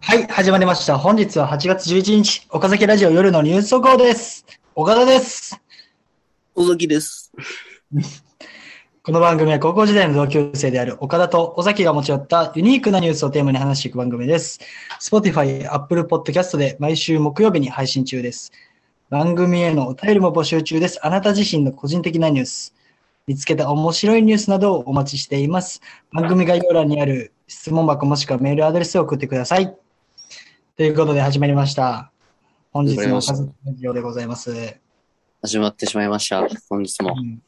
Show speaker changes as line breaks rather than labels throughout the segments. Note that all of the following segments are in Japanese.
はい、始まりました。本日は8月11日、岡崎ラジオ夜のニュース速報です。岡田です。
尾崎です。
この番組は高校時代の同級生である岡田と尾崎が持ち寄ったユニークなニュースをテーマに話していく番組です。Spotify、Apple Podcast で毎週木曜日に配信中です。番組へのお便りも募集中です。あなた自身の個人的なニュース、見つけた面白いニュースなどをお待ちしています。番組概要欄にある質問箱もしくはメールアドレスを送ってください。ということで始まりました。本日の岡崎ラジオでございます。
始まってしまいました。本日も。
うん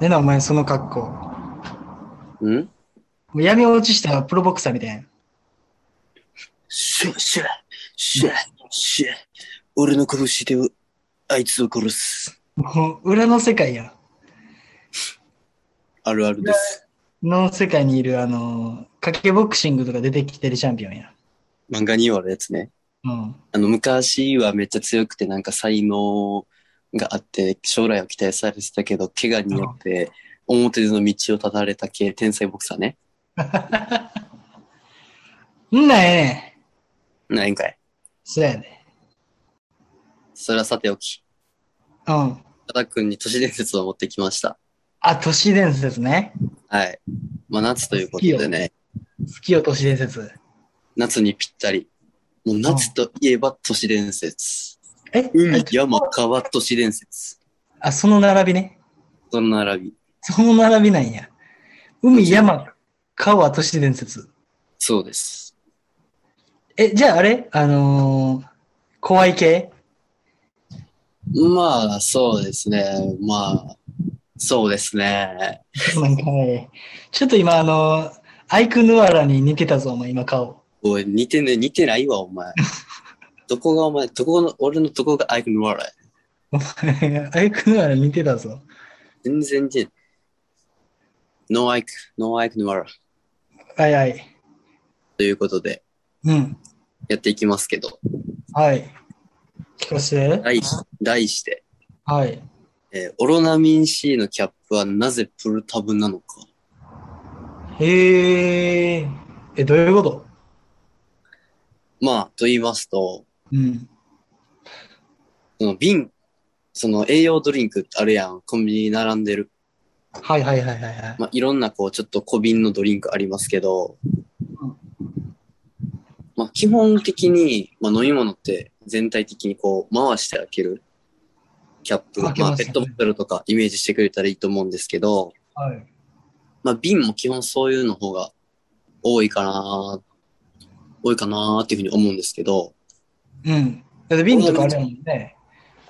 ねえな、お前、その格好。も
ん
う闇落ちしたプロボクサーみたいな。
シュッシュッシュッシュッ俺の拳であいつを殺す。
もう、裏の世界や。
あるあるです。
の世界にいる、あの、掛けボクシングとか出てきてるチャンピオンや。
漫画にはあるやつね。
うん。
あの、昔はめっちゃ強くてなんか才能があって、将来を期待されてたけど、怪我によって表の道を断たれた系天才ボクサーね。
んなんええねん。
ないんかい。
そうやで。
それはさておき。
うん。
ただくんに都市伝説を持ってきました。
あ、都市伝説ね。
はい。まあ夏ということでね。
好きよ、都市伝説。
夏にぴったり。もう夏といえば都市伝説。
え、
海、山、川、都市伝説。
あ、その並びね。
そんな並び。
その並びなんや。海、山、川、都市伝説。
そうです。
え、じゃああれあのー、怖い系
まあ、そうですね。まあ、そうですね。
なんかね、ちょっと今、あの、アイクヌアラに似てたぞ、お前、今顔。
おい、似てね、似てないわ、お前。どこがお前、どこの、俺のどこがアイクノアラ
アイクヌアラに似てたぞ。
全然似てない。ノーアイク、ノーアイクノアラ。
はいはい。
ということで、
うん。
やっていきますけど。
はい。聞かせて。
題し題して、
はい。
えーオロナミン C のキャップはなぜプルタブなのか。
へえ。え、どういうこと
まあ、と言いますと、
うん。
その瓶、その栄養ドリンクってあるやん、コンビニに並んでる。
はいはいはいはいはい。
まあ、いろんなこう、ちょっと小瓶のドリンクありますけど、まあ、基本的に、まあ、飲み物って全体的にこう、回して開けるキャップ。
開け
ま
ます
あ、ペットボトルとかイメージしてくれたらいいと思うんですけど、
はい。
まあ、瓶も基本そういうの方が多いかな、多いかなっていうふうに思うんですけど、
うん。だって瓶とかあるもんね。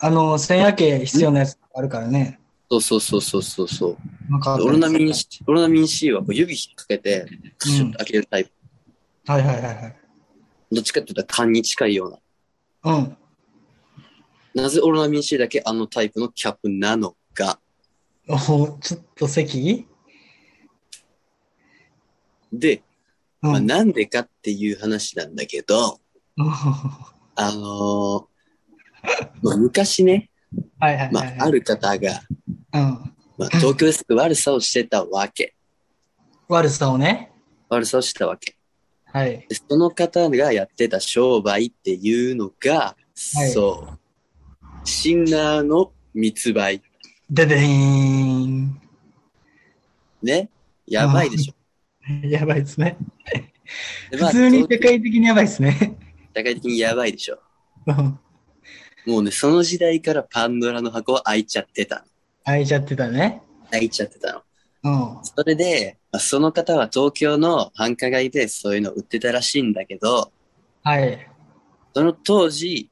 あの、千夜家必要なやつあるからね。
そうそうそうそうそうそう。
なんかあった
オロナミン、オロナミン C はこう指引っ掛けて、クシュッと開けるタイプ。
はいはいはいはい。
どっちかって言ったら缶に近いよ
う
う
ん。
な。なぜオロナミン C だけあのタイプのキャップなのか。
おちょっと席
で、
う
まあ、
ん。
なんでかっていう話なんだけど、
は
あのーまあ、昔ね、
いはいはい。
まあ、ある方が、
うん。
まあ、東京ですく悪さをしてたわけ。
悪さをね。
悪さをしてたわけ。
はい。
でその方がやってた商売っていうのが、
はい
そう、シンナーの密売。
ででーん。
ね。やばいでしょ。
やばいですね。
で
普
まあ
通に
東
世界的にやばいですね。
社会的にやばいでしょ。
うん
もうね、その時代からパンドラの箱は開いちゃってたの。
開いちゃってたね。
開いちゃってたの。
うん。
それで、まあその方は東京の繁華街でそういうの売ってたらしいんだけど、
はい。
その当時、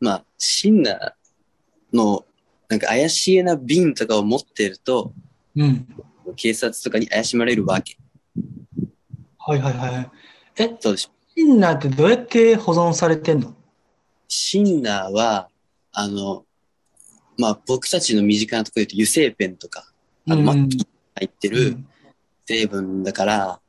まあ、シンナーの、なんか怪しげな瓶とかを持ってると、
うん。
警察とかに怪しまれるわけ。
はいはいはい。え、
そうでしょ。
シンナーってどうやって保存されてんの
シンナーは、あの、まあ、僕たちの身近なところで言うと油性ペンとかあ
う
の
ん
マッキー入って
う
る
ん
成分だから、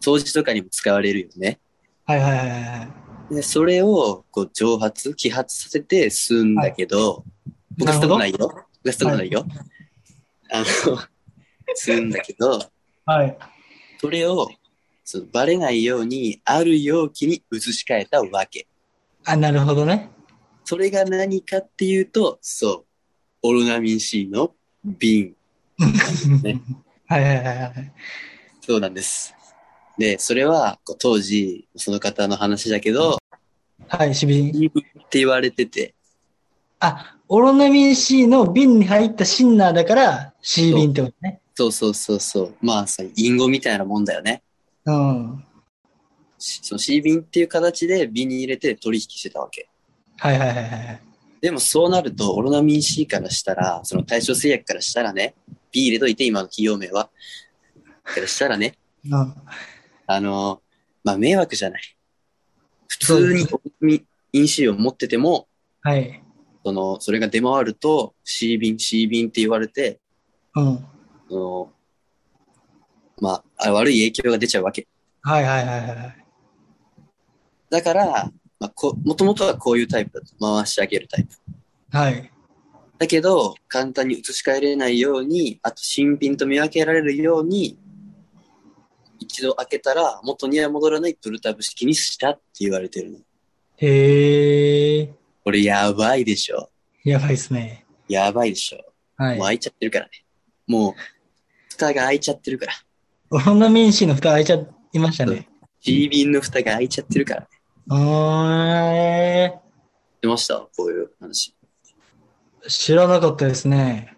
掃除とかにも使われるよね。
はいはいはいはい。
で、それを、こう、蒸発、揮発させて吸うんだけど、僕
なる
吸
ほ
ったこと
ど
な。いよ。僕吸ったことないよ。あの、吸うんだけど、
はい。
それを、そのバレないように、ある容器に移し替えたわけ。
あ、なるほどね。
それが何かっていうと、そう、オロナミン C の瓶。ね
はいはいはいはい。
そうなんです。で、それは、こう当時、その方の話だけど、
はい、シビン。
瓶って言われてて、
あ、オロナミン C の瓶に入ったシンナーだから、C 瓶ってことね。
そうそうそうそう、まあさ、隠語みたいなもんだよね。
うん。
しその C 瓶っていう形で瓶に入れて取引してたわけ。
はいはいはいはい。
でもそうなると、オロナミン C からしたら、その対象製薬からしたらね、B 入れといて、今の企業名は。からしたらね、
うん、
あのまあ迷惑じゃない。普通にオロナミン C を持ってても、
はい。
その、それが出回ると、C 瓶、C 瓶って言われて、
うん。
その、まあ、あ悪い影響が出ちゃうわけ。
はいはいはいはいはい。
だから、まあ、こもともとはこういうタイプだと。回し上げるタイプ。
はい。
だけど、簡単に移し替えれないように、あと新品と見分けられるように、一度開けたら元には戻らないプルタブ式にしたって言われてるの。
へえ。
これやばいでしょ。
やばいっすね。
やばいでしょ。
はい
もう。開いちゃってるからね。もう、蓋が開いちゃってるから。
オロナミン C の蓋開いちゃいましたね。
C 瓶の蓋が開いちゃってるから。
うーん。
出ましたこういう話。
知らなかったですね。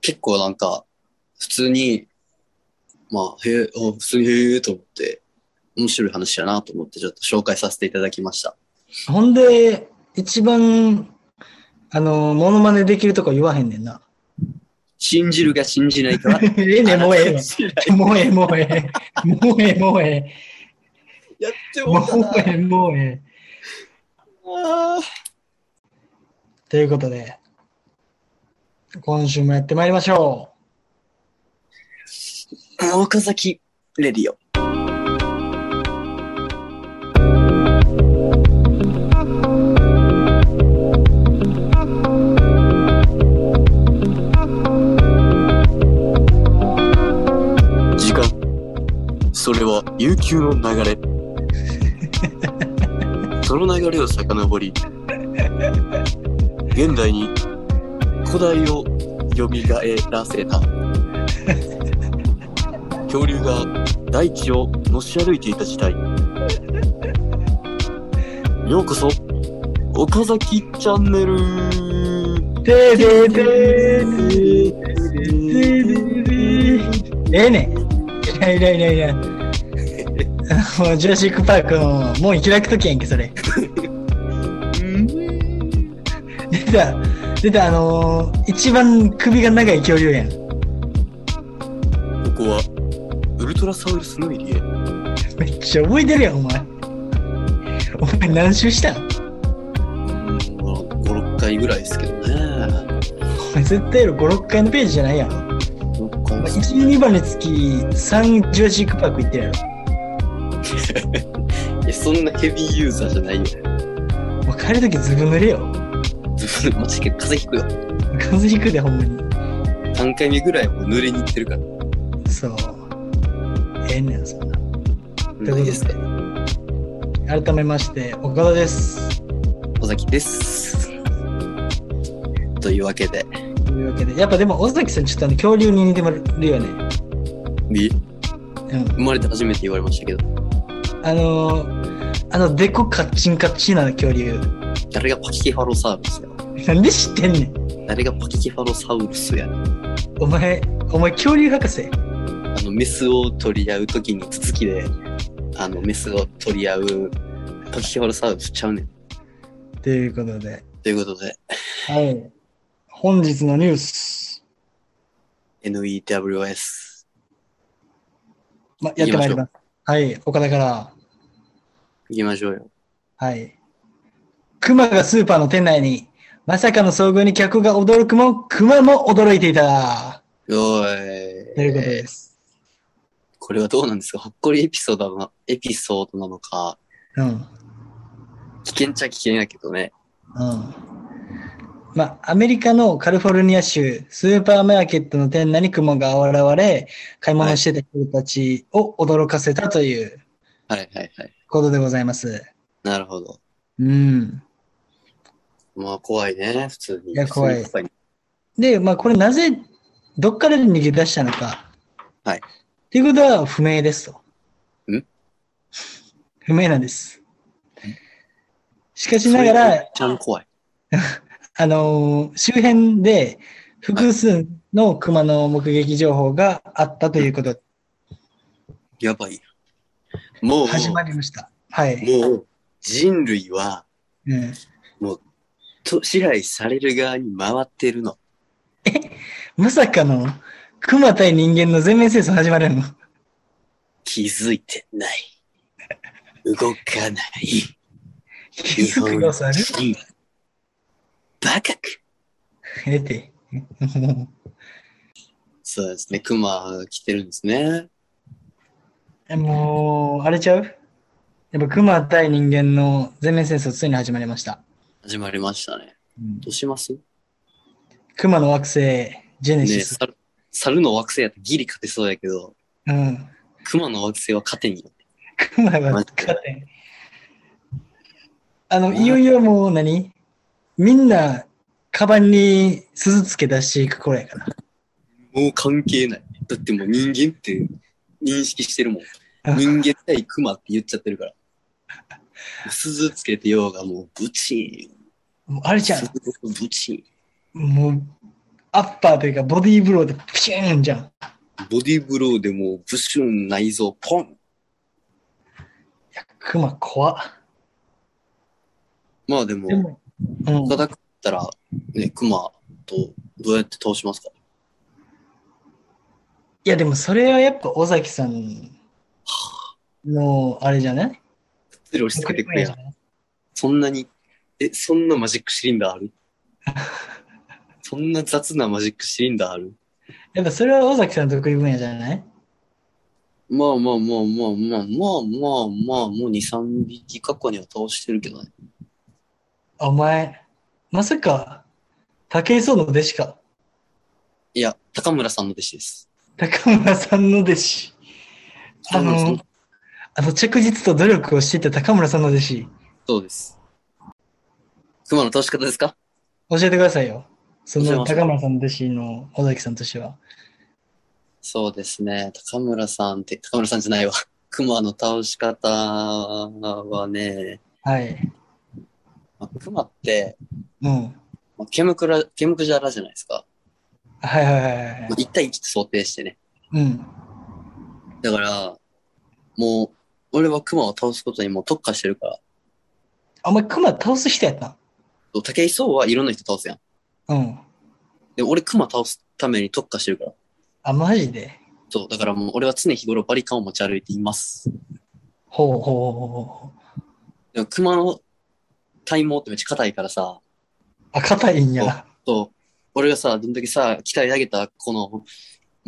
結構なんか、普通に、まあ、へえ、あ普通にへえと思って、面白い話やなと思って、ちょっと紹介させていただきました。
ほんで、一番、あの、モノマネできるとこ言わへんねんな。
信じるか信じないかは。
え えねんもうええわ
信じない
もうええ、もうええ。もうええ、もうええ。
やっても
も
うたな
うええ、もうえ
あー
え。ということで、今週もやってまいりましょう。
岡崎レディオ。時間。それは悠久の流 れ。その流れを遡り、現代に古代を蘇らせた。恐竜が大地をのし歩いていた時代ようこそ岡崎チャンネル
でででええねん。いやいやいやいや。もうジュラシック・パークの、もう生きらくときやんけ、それ。出た、出た、あのー、一番首が長い恐竜やん。
ここはウルトラサウルスの入り江
めっちゃ覚えてるやん、お前。お前何周したん
56回ぐらいですけどね
お前絶対より5、6回のページじゃないやろ。
6回
1、2番につき3ジュラシック・パーク行ってるや
いやそんなヘビーユーザーじゃないよ
ろ。もう帰るときずぶ濡れよ。
ずぶマジで風邪ひくよ
風邪ひくで、ほんまに。
3回目ぐらいもう濡れに行ってるから
そう。ええねん、そんな。という
い
こ
い
と
ですね
で、改めまして、岡田です。
尾崎ですというわけで
というわけで、やっぱでも、尾崎さん、ちょっとあの恐竜に似てもらるよね。
み
うん。
生まれて初めて言われましたけど、
あのー、あの、でこカッチンカッチンな恐竜。
誰がパキキファロサウルスや
なんで知ってんねん。
誰がパキキファロサウルスやあ
お前、お前、恐竜博士。
の、メスを取り合うときにツツキで、あの、メスを取り合うパキキファロサウルスちゃうねん。
ということで、
ということで、
はい。本日のニュース、
NEWS。
ま、やってまいります。はい、岡田から。
行きましょうよ。
はい。熊がスーパーの店内に、まさかの遭遇に客が驚くも、熊も驚いていた。
おーい。
ということです。
これはどうなんですかほっこりエピソードな、エピソードなのか、
うん。
危険っちゃ危険やけどね。
うん。まあ、アメリカのカリフォルニア州、スーパーマーケットの店内に雲が現れ、買い物してた人たちを驚かせたという
はいはいはい。
ことでございます。
なるほど。
うん。
まあ怖いね、普通に。
いや怖い
普通に
で、まあ、これなぜ、どっからで逃げ出したのか。
はい
っていうことは不明ですと。
ん
不明なんです。しかしなが
それめっ
ら、
ちゃ怖い。
あのー周辺で複数の熊の目撃情報があったということで
やばい。もう、
始まりました。はい。
もう人類は
うん、
と支配される側に回ってるの。
まさかの熊対人間の全面戦争始まるの。
気づいてない。動かない。
気づく要素ある
日本人バカく。
え って。
そうですね。クマ来てるんですね。
もう、荒れちゃうやっぱ熊対人間の全面戦争ついに始まりました。
始まりましたね。
うん
どうします
熊の惑星、ジェネ
ねえ
シス。
猿猿の惑星やったらギリ勝てそうやけど、
うん。
クマの惑星は勝てに。
熊が
マ
勝
ジで
てん。あの、いよいよもう何みんな、カバンに鈴つけ出していく頃やから。
もう関係ない。だってもう人間って認識してるもん。
あ
人間対クマって言っちゃってるから。鈴つけてようがもうブチーン。
もうあれじゃん。
ブチ
もう、アッパーというか、ボディーブローでプシューンじゃん。
ーン。ボディーブローでもうブシュン内臓ポン。
熊怖っ。
まあでも
で、も、うん、
叩くったら、ね、クマとどうやって倒しますか
いや、でもそれはやっぱ尾崎さんの、あれじゃない
それ押し付けてくれや
じ。ゃない
そんなに、え、そんなマジックシリンダーあ るそんな雑なマジックシリンダーある
やっぱそれは尾崎さんの得意分野じゃない
まあまあまあまあまあまあまあまあ、もう2、3匹過去には倒してるけどね。
お前、まさか、武井壮の弟子か。
いや、高村さんの弟子です。
高村さんの弟子。あ
高村さん
の、あの着実と努力をしていた高村さんの弟子。
そうです。熊の倒し方ですか
教えてくださいよ。そ
教え
の
ます
高村さんの弟子の尾崎さんとしては。
そうですね。高村さんって、高村さんじゃないわ。熊の倒し方はね、
はい。
まあ、熊って、
うん。
まあ、ケムクラ、ケムクジャラじゃないですか。
はいはいはいはいは
ま
い
あ、。1対1と想定してね。
うん。
だから、もう、俺は熊を倒すことにもう特化してるから、
お前、熊倒す人やった
そう武井壮はいろんな人倒すやん。
んうん。
で、俺熊倒すために特化してるから。
あ、マジで。
そう、だからもう俺は常日頃バリカンを持ち歩いています。
ほうほうほうほうほう。
でも熊の体毛ってめっちゃ硬いからさ、
あ、硬いんや。
そう、俺がさ、どんだけさ、鍛え上げたこの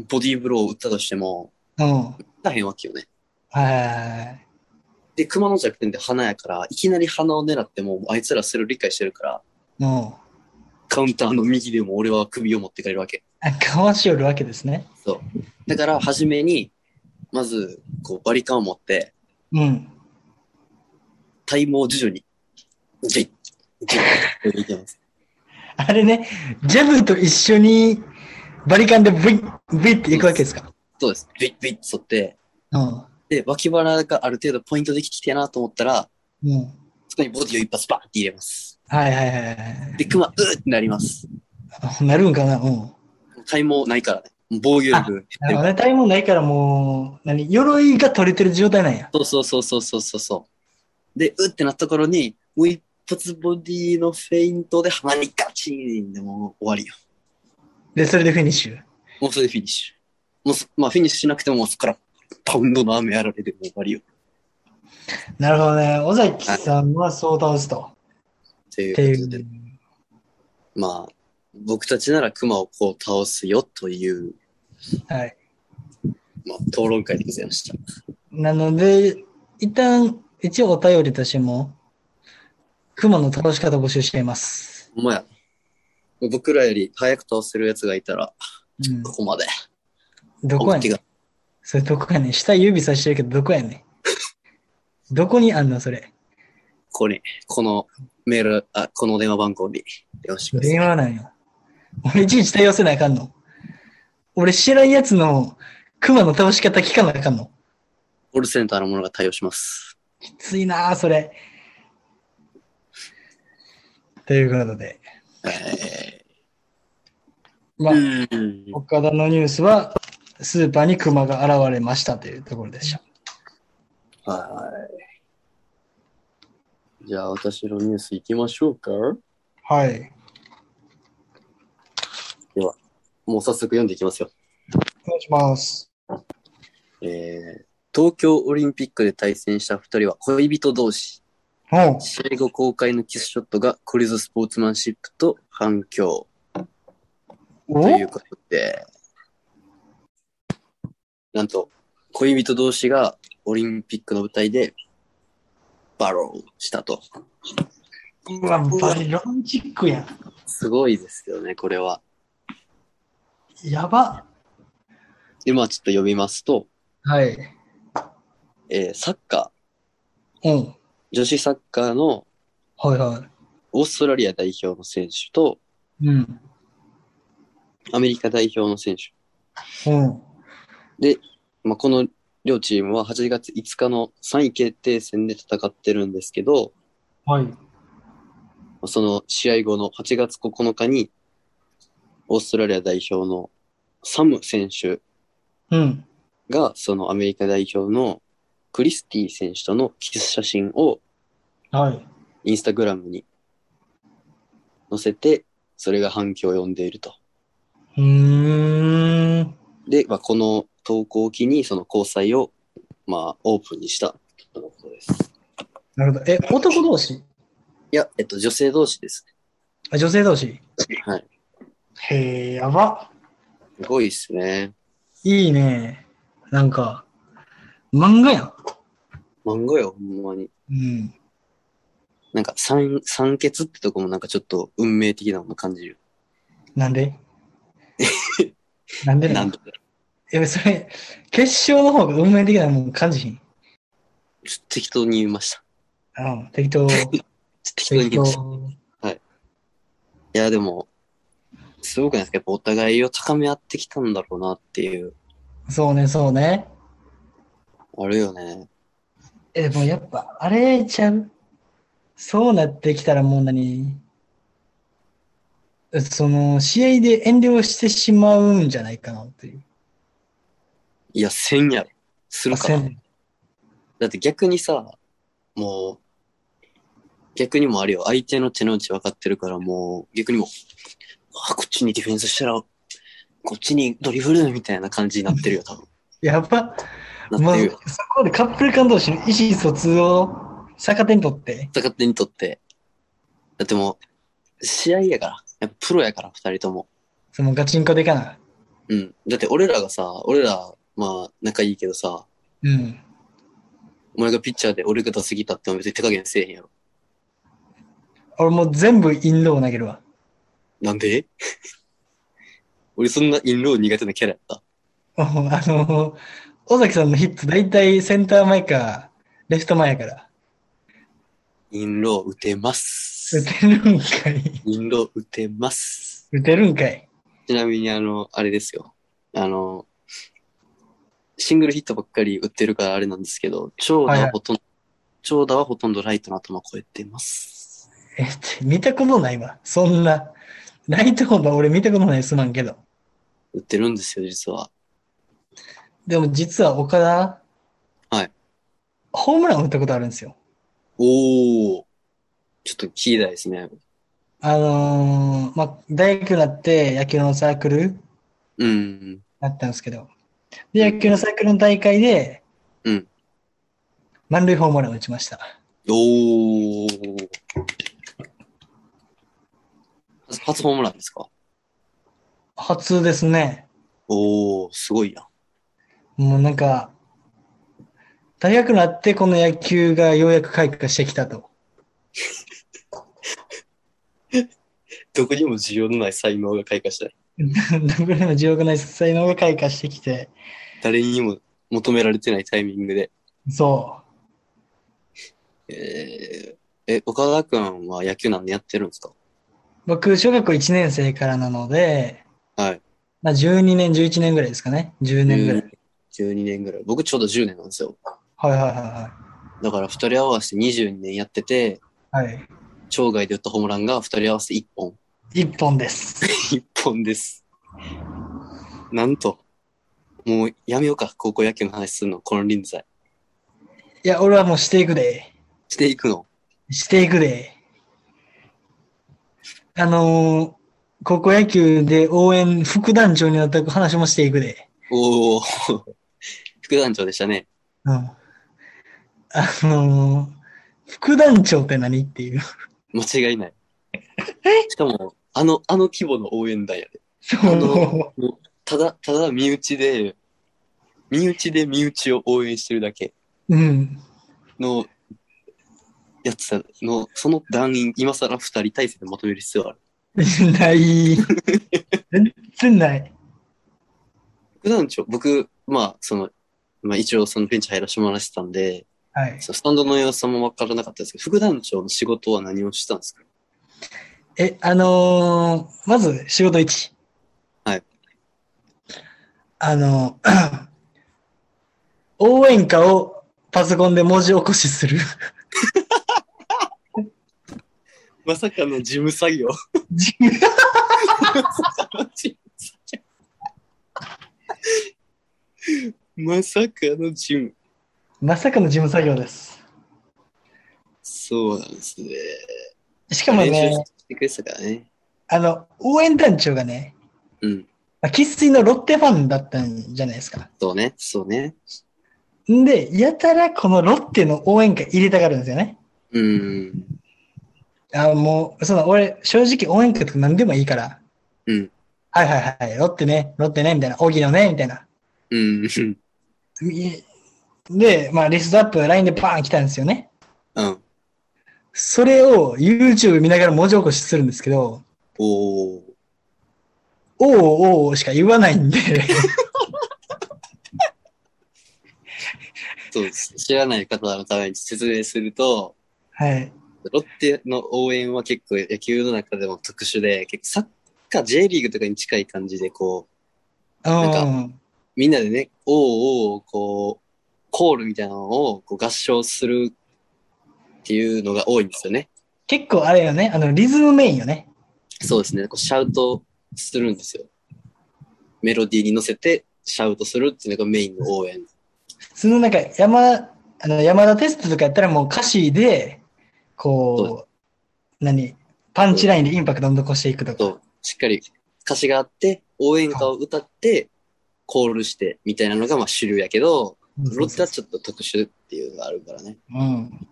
ボディーブローを打ったとしても、
うん。はい
打たへんわけよね。
はいはい。
で、熊の弱点って鼻やから、いきなり鼻を狙っても、あいつらそれを理解してるから、
うん。
カウンターの右でも俺は首を持ってかれるわけ。
あかわしよるわけですね。
だから、初めに、まず、こう、バリカンを持って、
うん。
体毛を徐々に、ジェイジェイっていきます。
あれね、ジャブと一緒にバリカンでブイッ、ブイッっていくわけですか。
そうです。ビッビッと沿って、
うん。
で、脇腹がある程度ポイントできてきてなと思ったら、
うん。
そこにボディを一発バーンって入れます。
はいはいはいはい
で、クマ、うーってなります。
あ。なるんかなうん。
体毛ないからね。防御力減って
な
る
る
か
ほど
ら。
ね。体毛ないからもう、何鎧が取れてる状態なんや。
そうそうそうそうそうそうそう。で、うーってなったところに、もう一発ボディのフェイントで鼻にガチーンでもう終わりよ。
で、それでフィニッシュ。
もうそれでフィニッシュ。もうそまあ、フィニッシュしなくても、もうそこからパウンドの雨やられても終わりよ。
なるほどね。尾崎さんはそう倒すと。
ってい
っていう
ことで、
う。
まあ、僕たちなら熊をこう倒すよという、
はい。
まあ、討論会でございました。
なので、一旦、一応お便りとしても、熊の倒し方募集しています。
ほんまや。僕らより早く倒せるやつがいたら、
うん
こ。こまで。
どこやね
手
ん
が。
それどこやねん下指さしてるけどどこやねんどこにあんのそれ。
ここに、このメール、あ、この電話番号に電話してください。
電話なんよ。俺いちいち対応せなあかんの。俺知らんやつの熊の倒し方聞かなあかんの。
コールセンターのものが対応します。
きついなあ、それ。ということで。
え
まあ、
ー、うん。
岡田のニュースは、スーパーに熊が現れましたというところでした。
はい。じゃあ、私のニュース行きましょうか。
はい。
もう早速読んでいきますよ。
お願いします。
えー、東京オリンピックで対戦した2人は恋人同士。
おう
試合後公開のキスショットがこれぞスポーツマンシップと反響と
お
いうことで、なんと恋人同士がオリンピックの舞台でバローしたと。
うわ、バリロマンチックやん。
すごいですよね、これは。
やば。
今ちょっと読みますと、
はい。
えーサッカ
うん。
ー、女子サッカーの
はいは
オーストラリア代表の選手と
い。うん。
アメリカ代表の選手
うん。
まあ、この両チームは8月5日の3位決定戦で戦ってるんですけど、
はい。
その試合後の8月9日に、オーストラリア代表のサム選手
うん。
が、そのアメリカ代表のクリスティ選手とのキス写真を
はい。
インスタグラムに載せて、それが反響を呼んでいると。
うーん。
で、まあ、この投稿を機に、その交際を、まあ、オープンにしたとのことです。
なるほど。え、男同士
いや、えっと、女性同士です
あ、女性同士
ね。はい。
へえ、やば。
すごいっすね。
いいね。なんか、漫画やん。
漫画よ、ほんまに。
うん。
なんか酸、酸欠ってとこもなんかちょっと運命的なもの感じる。
なん でなんで
な
なんん
だ
え、それ、決勝の方が運命的なもん感じひん。
ちょっと適当に言いました。
うん、適 当。
ちょっと適当に
適
言いました。い
当。
や、でも、すごくないですかやっぱお互いを高め合ってきたんだろうなっていう、
そうね、そうね。
あるよね。
え、でもやっぱ、あれちゃうそうなってきたらもう何その、試合で遠慮してしまうんじゃないかなっていう。
いや、せんやろ。するか
せ
ら。
ん
だって逆にさ、もう、逆にもあるよ。相手の手の内分かってるから、もう、逆にもう、あ、こっちにディフェンスしたら、こっちにドリブルみたいな感じになってるよ、多分。
やば。
な
ま
っ
あ
てるよ。、
そこでカップル間同士の意思疎通を逆手にとって。
戦手にとって。だってもう、試合やから。やっぱプロやから、二人とも。
そのガチンコでいかな。
うん。だって俺らがさ、俺ら、まあ、仲いいけどさ、
うん。
お前がピッチャーで俺が打席立っても別に手加減せえへんやろ。
俺もう全部インドを投げるわ。
なんで 俺そんなインロー苦手なキャラやった。
もうあの、尾崎さんのヒット大体センター前か、レフト前やから。
インロー打てます
打。てるんかい。
インロー打てます。
打てるんかい。
ちなみにあの、あれですよ。あの、シングルヒットばっかり打ってるからあれなんですけど、長打はほとんど、長打はほとんどライトの頭超えてます。
えって、見たことないわ。そんな。ライトオーバー俺見たことないすまんけど。
売ってるんですよ、実は。
でも実は岡田、
はい。
ホームラン打ったことあるんですよ。
おお。ちょっと聞いたいですね。
あのーまあ、大学になって野球のサークル
うん。
だったんですけど、で、野球のサークルの大会で、
うん。
満塁ホームランを打ちました。
おお。初初ホームランですか
初ですね。
おお、すごいやん。
もうなんか、大学になってこの野球 がようやく開花してきたと。
どこにも需要のない才能が開花したい。
どんぐらいの需要がない才能が開花してきて、
誰にも求められてないタイミングで。
そ
えーえ、岡田くんは野球何年やってるんですか
う。僕、小学校1年生からなので、
はい。
まあ、12年、11年ぐらいですかね。10年ぐらい。
12年ぐらい。僕ちょうど10年なんですよ。
はいはいは
だから2人合わせて22年やってて、
いはい。は
生涯で打ったホームランが2人合わせて1本。
い。1本です。
1本です。なんと、もうやめようか、高校野球の話するの、この臨在。
いや、俺はもうしていくで。
していくの。
していくで。あのー高校野球で応援副団長になった話もしていくで。
おお 副団長でしたね。
うん。あのー副団長って何っていう。
間違いない。しかも、あの、あの規模の応援団やで。
そう。
ただ、ただ身内で、身内で身内を応援してるだけ
うん。
の、やつだの、その団員、今更二人体制でまとめる必要ある。
ない。全然ない。
副団長、僕、まあ、その、まあ一応そのベンチ入らせてもらってたんで、
はい。
そのスタンドの様子もわからなかったですけど、副団長の仕事は何をしてたんですか
え、あのーまず仕事1。
はい。
あの ー応援歌をパソコンで文字起こしする。
まさかの事務作業。
事
まさかのジム。
まさかの事務作業です。
そうなんですね。
しかも
練習
ね、
してくれてたからね。
あの、応援団長がね、
うん。
まあ生粋のロッテファンだったんじゃないですか。
そうね。そうね。
んで、やたらこのロッテの応援歌入れたがるんですよね。
うん。
あもう、その、俺、正直応援歌とか何でもいいから、
うん。
はいはいはい、ロッテね、ロッテね、みたいな、荻野ね、みたいな。
うん。
いで、まあ、リストアップ、LINE でバーン来たんですよね。
うん。
それを YouTube 見ながら文字起こしするんですけど、
おー。
おうおうしか言わないん で、
そうです。知らない方のために説明すると、
はい。
ロッテの応援は結構野球の中でも特殊で、結構サッカー、J リーグとかに近い感じで、こう、
うん。
みんなでね、おーおー、こう、コールみたいなのをこう合唱するっていうのが多いんですよね。
結構あれよね、あの、リズムメインよね。
そうですね。こうシャウトするんですよ。メロディーに乗せてシャウトするっていうのがメインの応援。
普通のなんか山、あの山田テストとかやったらもう歌詞で、
そ
こう、何、パンチラインでインパクトを残していくと
そ
か
う。しっかり歌詞があって、応援歌を歌って、コールしてみたいなのがまあ主流やけど、
うん
ロッテはちょっと特殊っていうのがあるからね。
うん。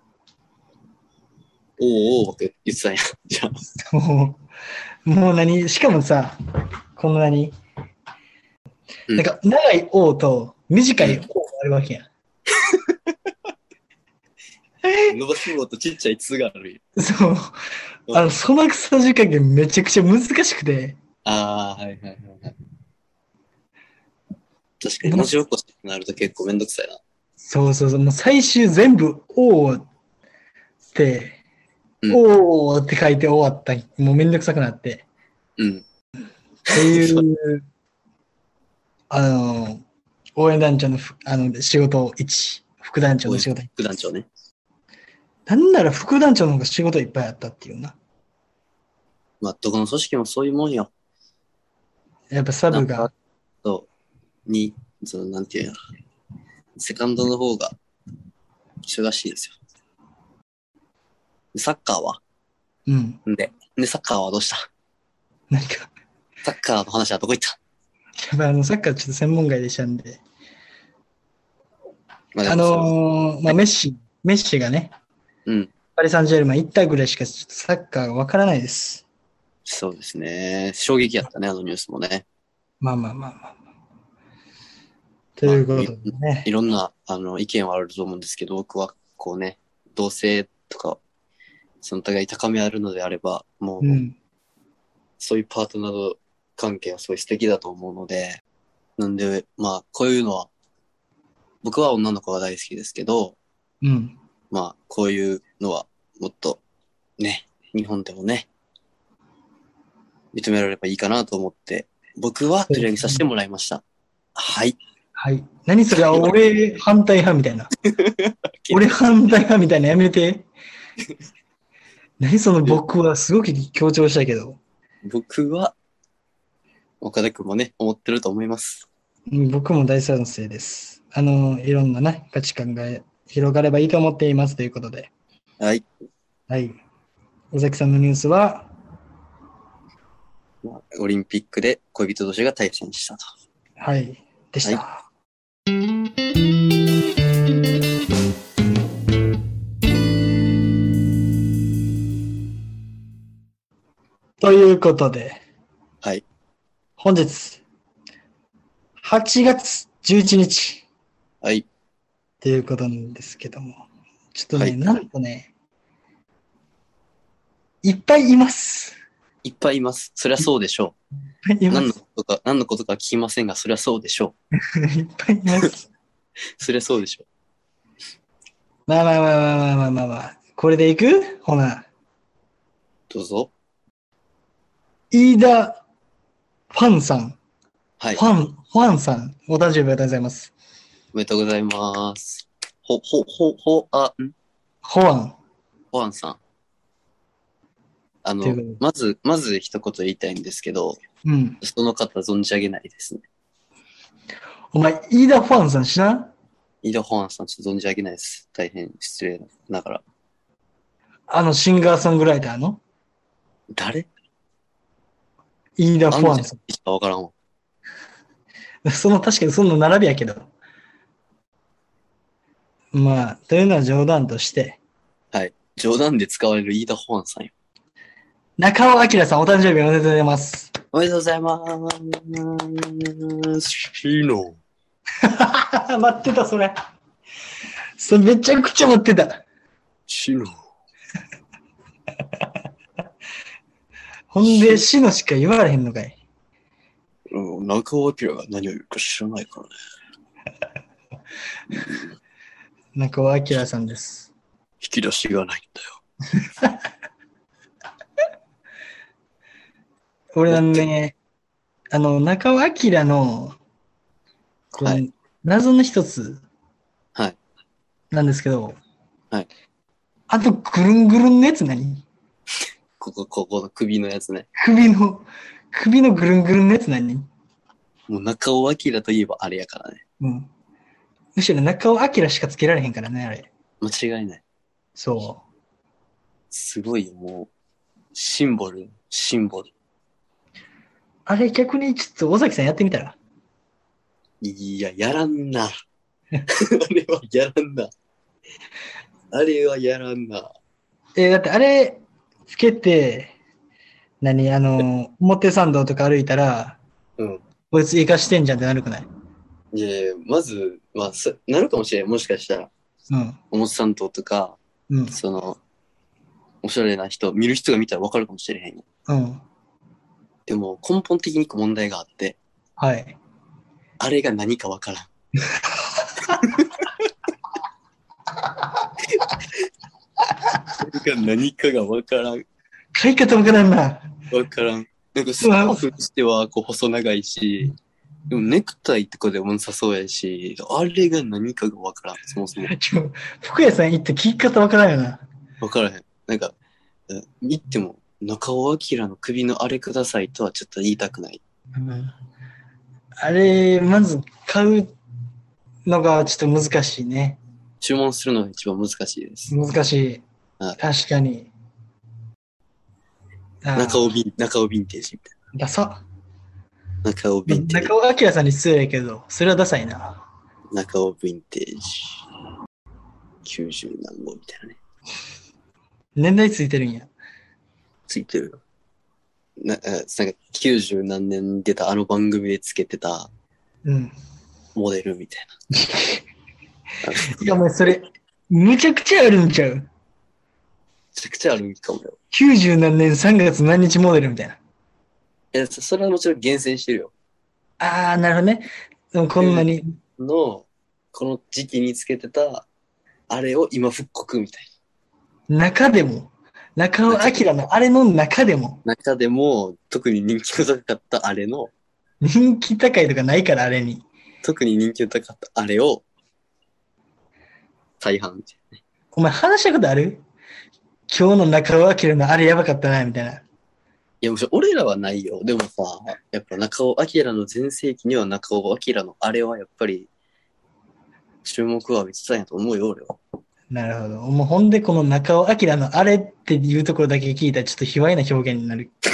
おーおーって言ってたんや。じゃあ。
もう、もう何、しかもさ、この何、
うん
なんか長い王と短い王があるわけやん。
伸ばし棒とちっちゃいつがあるよ。
そう。
うん
あの、その草時間がめちゃくちゃ難しくて、
ああ、はいはいはいはい。確かに文字起こしになると結構めんどくさいな。
そうそうそう、もう最終全部王って、
うん
おーって書いて終わった。もうめんどくさくなって。
うん。
っていう、あの、応援団長のふあの仕事1、副団長の仕事1。
副団長ね。
なんなら副団長の方が仕事いっぱいあったっていうな。
まあ、どこの組織もそういうもんよ。
やっぱサブ
なん
が
か、そう。に、その、なんていうんやろセカンドの方が、忙しいですよ。でサッカーは
うん、
んで、で、サッカーはどうした
何か、
サッカーの話はどこ行った
やっぱあのサッカーちょっと専門外でしたんで、
ま
あ、
でもそ
のーまあ、メッシ、メッシがね、
れうん。
パリ・サンジェルマン行ったぐらいしかちょっとサッカーがわからないです。
そうですね。衝撃やったね、あのニュースもね。
まあまあまあまあまあ。ということでね。
いろんな、あの、意見はあると思うんですけど、僕は、こうね、同性とか、そのお互い高めあるのであれば、もう、
うん。
そういうパートナーの関係はすごい素敵だと思うので、なんで、まあ、こういうのは、僕は女の子が大好きですけど、
うん。
まあ、こういうのは、もっと、ね、日本でもね、認められればいいかなと思って、僕は取り上げさせてもらいました。はい。
はい。何それは俺反対派みたいな。俺反対派みたいなやめて。何その僕はすごく強調したけど。
僕は、岡田くんもね、思ってると思います。
うん僕も大賛成です。あの、いろんなね、価値観が広がればいいと思っていますということで。
はい。
はい。尾崎さんのニュースは、
まあオリンピックで恋人同士が対戦したと。
はい、でした。ということで、
はい。
本日、8月11日
はい。
ということなんですけども、ちょっとね、
はい
なんとね、いっぱいいます。
いっぱいいます。そりゃそうでしょ。
いっぱいういま
何の
す。
ことか、何のことか聞きませんが、そりゃそうでしょ
いっぱいいます。
う。そりゃそうでしょう。
まあまあまあまあまあまあまあ、まあ、これでいくほな。
どうぞ。
飯田ファンさん、
はい。
ファン、ファンさん、お誕生日おめでとうございます。
おめでとうございます。ほ、ほ、ほ、ほ、あ、ん
ホアン。
ほあんさん。あの
というこ、
まず、まず一言言いたいんですけど、
うん。
その方存じ上げないですね。
お前、飯田ファンさん知らん
井戸ほあんさん、ちょっと存じ上げないです。大変失礼ながら。
あのシンガーソングライターの
誰
飯田
あん
フ
の
ァン
人
さ
しかわからんわ。
ん。その、確かにその並びやけど。まあ、というのは冗談として、
冗談で使われる飯田ホアンさんよ。
中尾明さん、お誕生日おめでとうございます。
おめでとうございます。シノ。
待ってた、それ。それめちゃくちゃ待ってた。
シノ。
ほんで、死のしか言われへんのかい。
うん、中尾明が何を言うか知らないからね。
中尾明さんです。
引き出しがないんだよ。
俺はね、あの、中尾明の、こう
はい
謎の一つ、
はい
なんですけど、
はい
あと、ぐるんぐるんのやつ何
ここ、ここの首のやつね。
首の、首のぐるんぐるんのやつ何
もう中尾明といえばあれやからね。
うん。むしろ中尾明しかつけられへんからね、あれ。
間違いない。
そ
すごいよ、もう。シンボル、シンボル。
う。あれ、逆にちょっと尾崎さんやってみたら。
いや、やらん な。あれはやらんな。あれはやらんな。
えーだってあれ、つけて、何、あの、表参道とか歩いたら、
うん。
こいつイカしてんじゃんってなるくない
いやいやまず、まあ、そなるかもしれん。もしかしたら。
うん。
表参道とか、
うん。
その、おしゃれな人、見る人が見たらわかるかもしれへんよ。
うん。
でも、根本的に一個問題があって、
はい。
あれが何かわからん。それが何かがわからん。
買い方わからんな。
わからん。なんかスカーフにしては、こう、細長いし、でもネクタイとかでもなさそうやし、あれが何かがわからん。そもそも。
ちょ服屋さん行って聞き方わからんよな。
わからへん。なんか、うん見ても、中尾明の首のあれくださいとはちょっと言いたくない。
あれ、まず買うのがちょっと難しいね。
注文するのが一番難しいです。
難しい。
はい
確かに。あ
中尾ビン、中尾ヴィンテージみたい
ダサ。
な。中尾ヴィンテージ
中。尾明さんに失礼やけど、それはダサいな。
中尾ヴィンテージ。90何号みたいなね。
年代ついてるんや。
ついてるよ。な、あなんか90何年に出たあの番組でつけてた
うん。
モデルみたいな。あ
いや、お前それ、むちゃくちゃあるんちゃう
めちゃくちゃあるんかもよ。
?90 何年3月何日モデルみたいな。
えそそれはもちろん厳選してるよ。
ああ、なるほどね。でもこんなに。
の、この時期につけてた、あれを今復刻みたい
中でも、中尾明のあれの中でも、
な。中でも、特に人気の高かったあれの、
人気高いとかないから、あれに。
特に人気の高かったあれを、再販。
お前話したことある今日の中尾明のあれやばかったな、みたいな。
いや、むしろ俺らはないよ。でもさ、やっぱ中尾明の全盛期には中尾明のあれはやっぱり、注目は見てたんやと思うよ、俺は。
なるほど。もうほんで、この中尾明のあれっていうところだけ聞いたら、ちょっと卑猥な表現になるか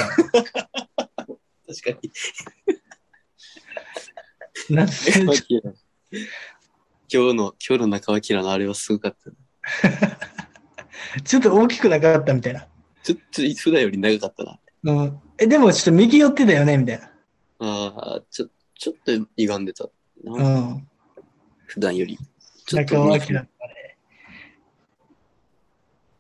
ら。
確かに。
なんで、ちょっと
今日の、今日の中尾明のあれはすごかったな。
ちょっと大きくなかったみたいな。
ちょっと普段より長かったな。
うん、えでもちょっと右寄ってたよねみたいな。
ああ、ちょ、ちょっと歪んでた。
う。
なん普段より。ちょっと
中尾明
右
のあれ。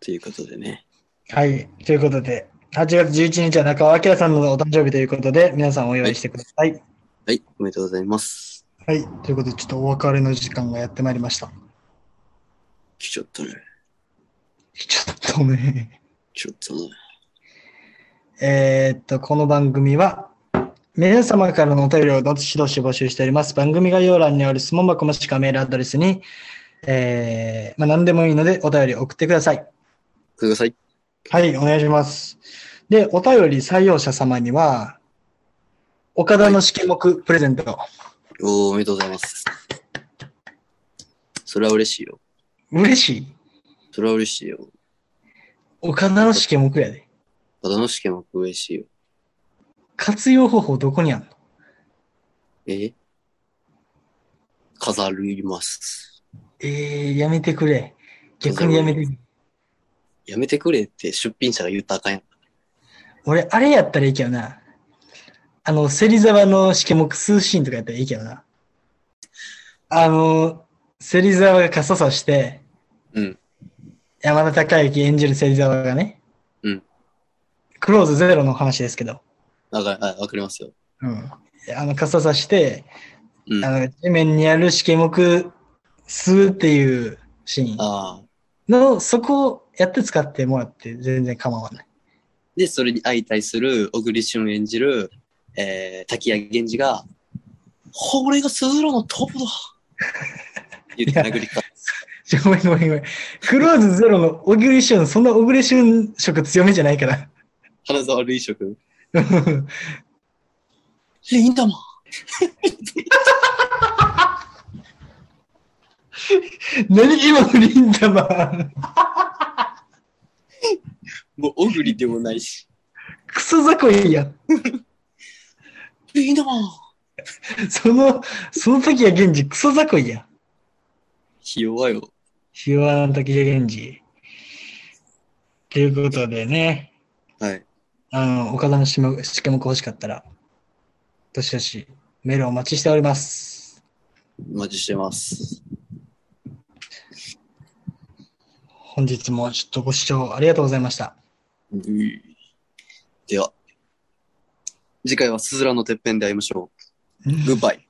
ということでね。
はい。ということで、8月11日は中尾明さんのお誕生日ということで、皆さんお祝いしてください。
はい、おめでとうございます。
はい。ということで、ちょっとお別れの時間がやってまいりました。
来ちゃったね。
ちょっとね。
ちょっとね。
えーっと、この番組は、皆様からのお便りをどしどし募集しております。番組概要欄にある質問箱もしくはメールアドレスに、えーまあ、何でもいいのでお便り送ってください。
ください。
はい、お願いします。で、お便り採用者様には、岡田の試験目プレゼント。
おーおめでとうございます。それは嬉しいよ。
嬉しい。
それは嬉しいよ。
岡田の試験目やで。
ただの試験も嬉しいよ。
活用方法どこにあんの
え飾ります。
えー、やめてくれ。逆にやめてくれ。
やめてくれって出品者が言ったらあかんやん。
俺、あれやったらいいけどな。あの、芹沢の試験目数シーンとかやったらいいけどな。あの、芹沢が傘さして、
うん。
山田孝之演じる芹沢がね、
うん。
クローズゼロの話ですけど、
わかあわかりますよ。
うん。あの、傘さして、
うん。
あ
あ
の、地面にある試験目数っていうシーン
あー。
の、そこをやって使ってもらって全然構わない。
で、それに相対する小栗旬演じる、えー、滝谷源氏が、これが鈴蘭のトップだ言って殴りか。
ち ょごめんごめんごめん。クローズゼロの小栗旬、そんな小栗旬色強めじゃないから。
花沢類色。
うん
リンダマン
何今のリンダマン。
もう小栗でもないし。
クソ雑魚いいやん。
リンダマン
その、その時は源氏、クソ雑魚いいやん。
ひ弱よ。
ひ弱の時は源氏。ということでね、
はい。
あの、岡田のしもしけも欲しかったら、どしどしメールお待ちしております。
お待ちしてます。
本日もちょっとご視聴ありがとうございました。
うんでは、次回は鈴蘭のてっぺんで会いましょう。グッバイ。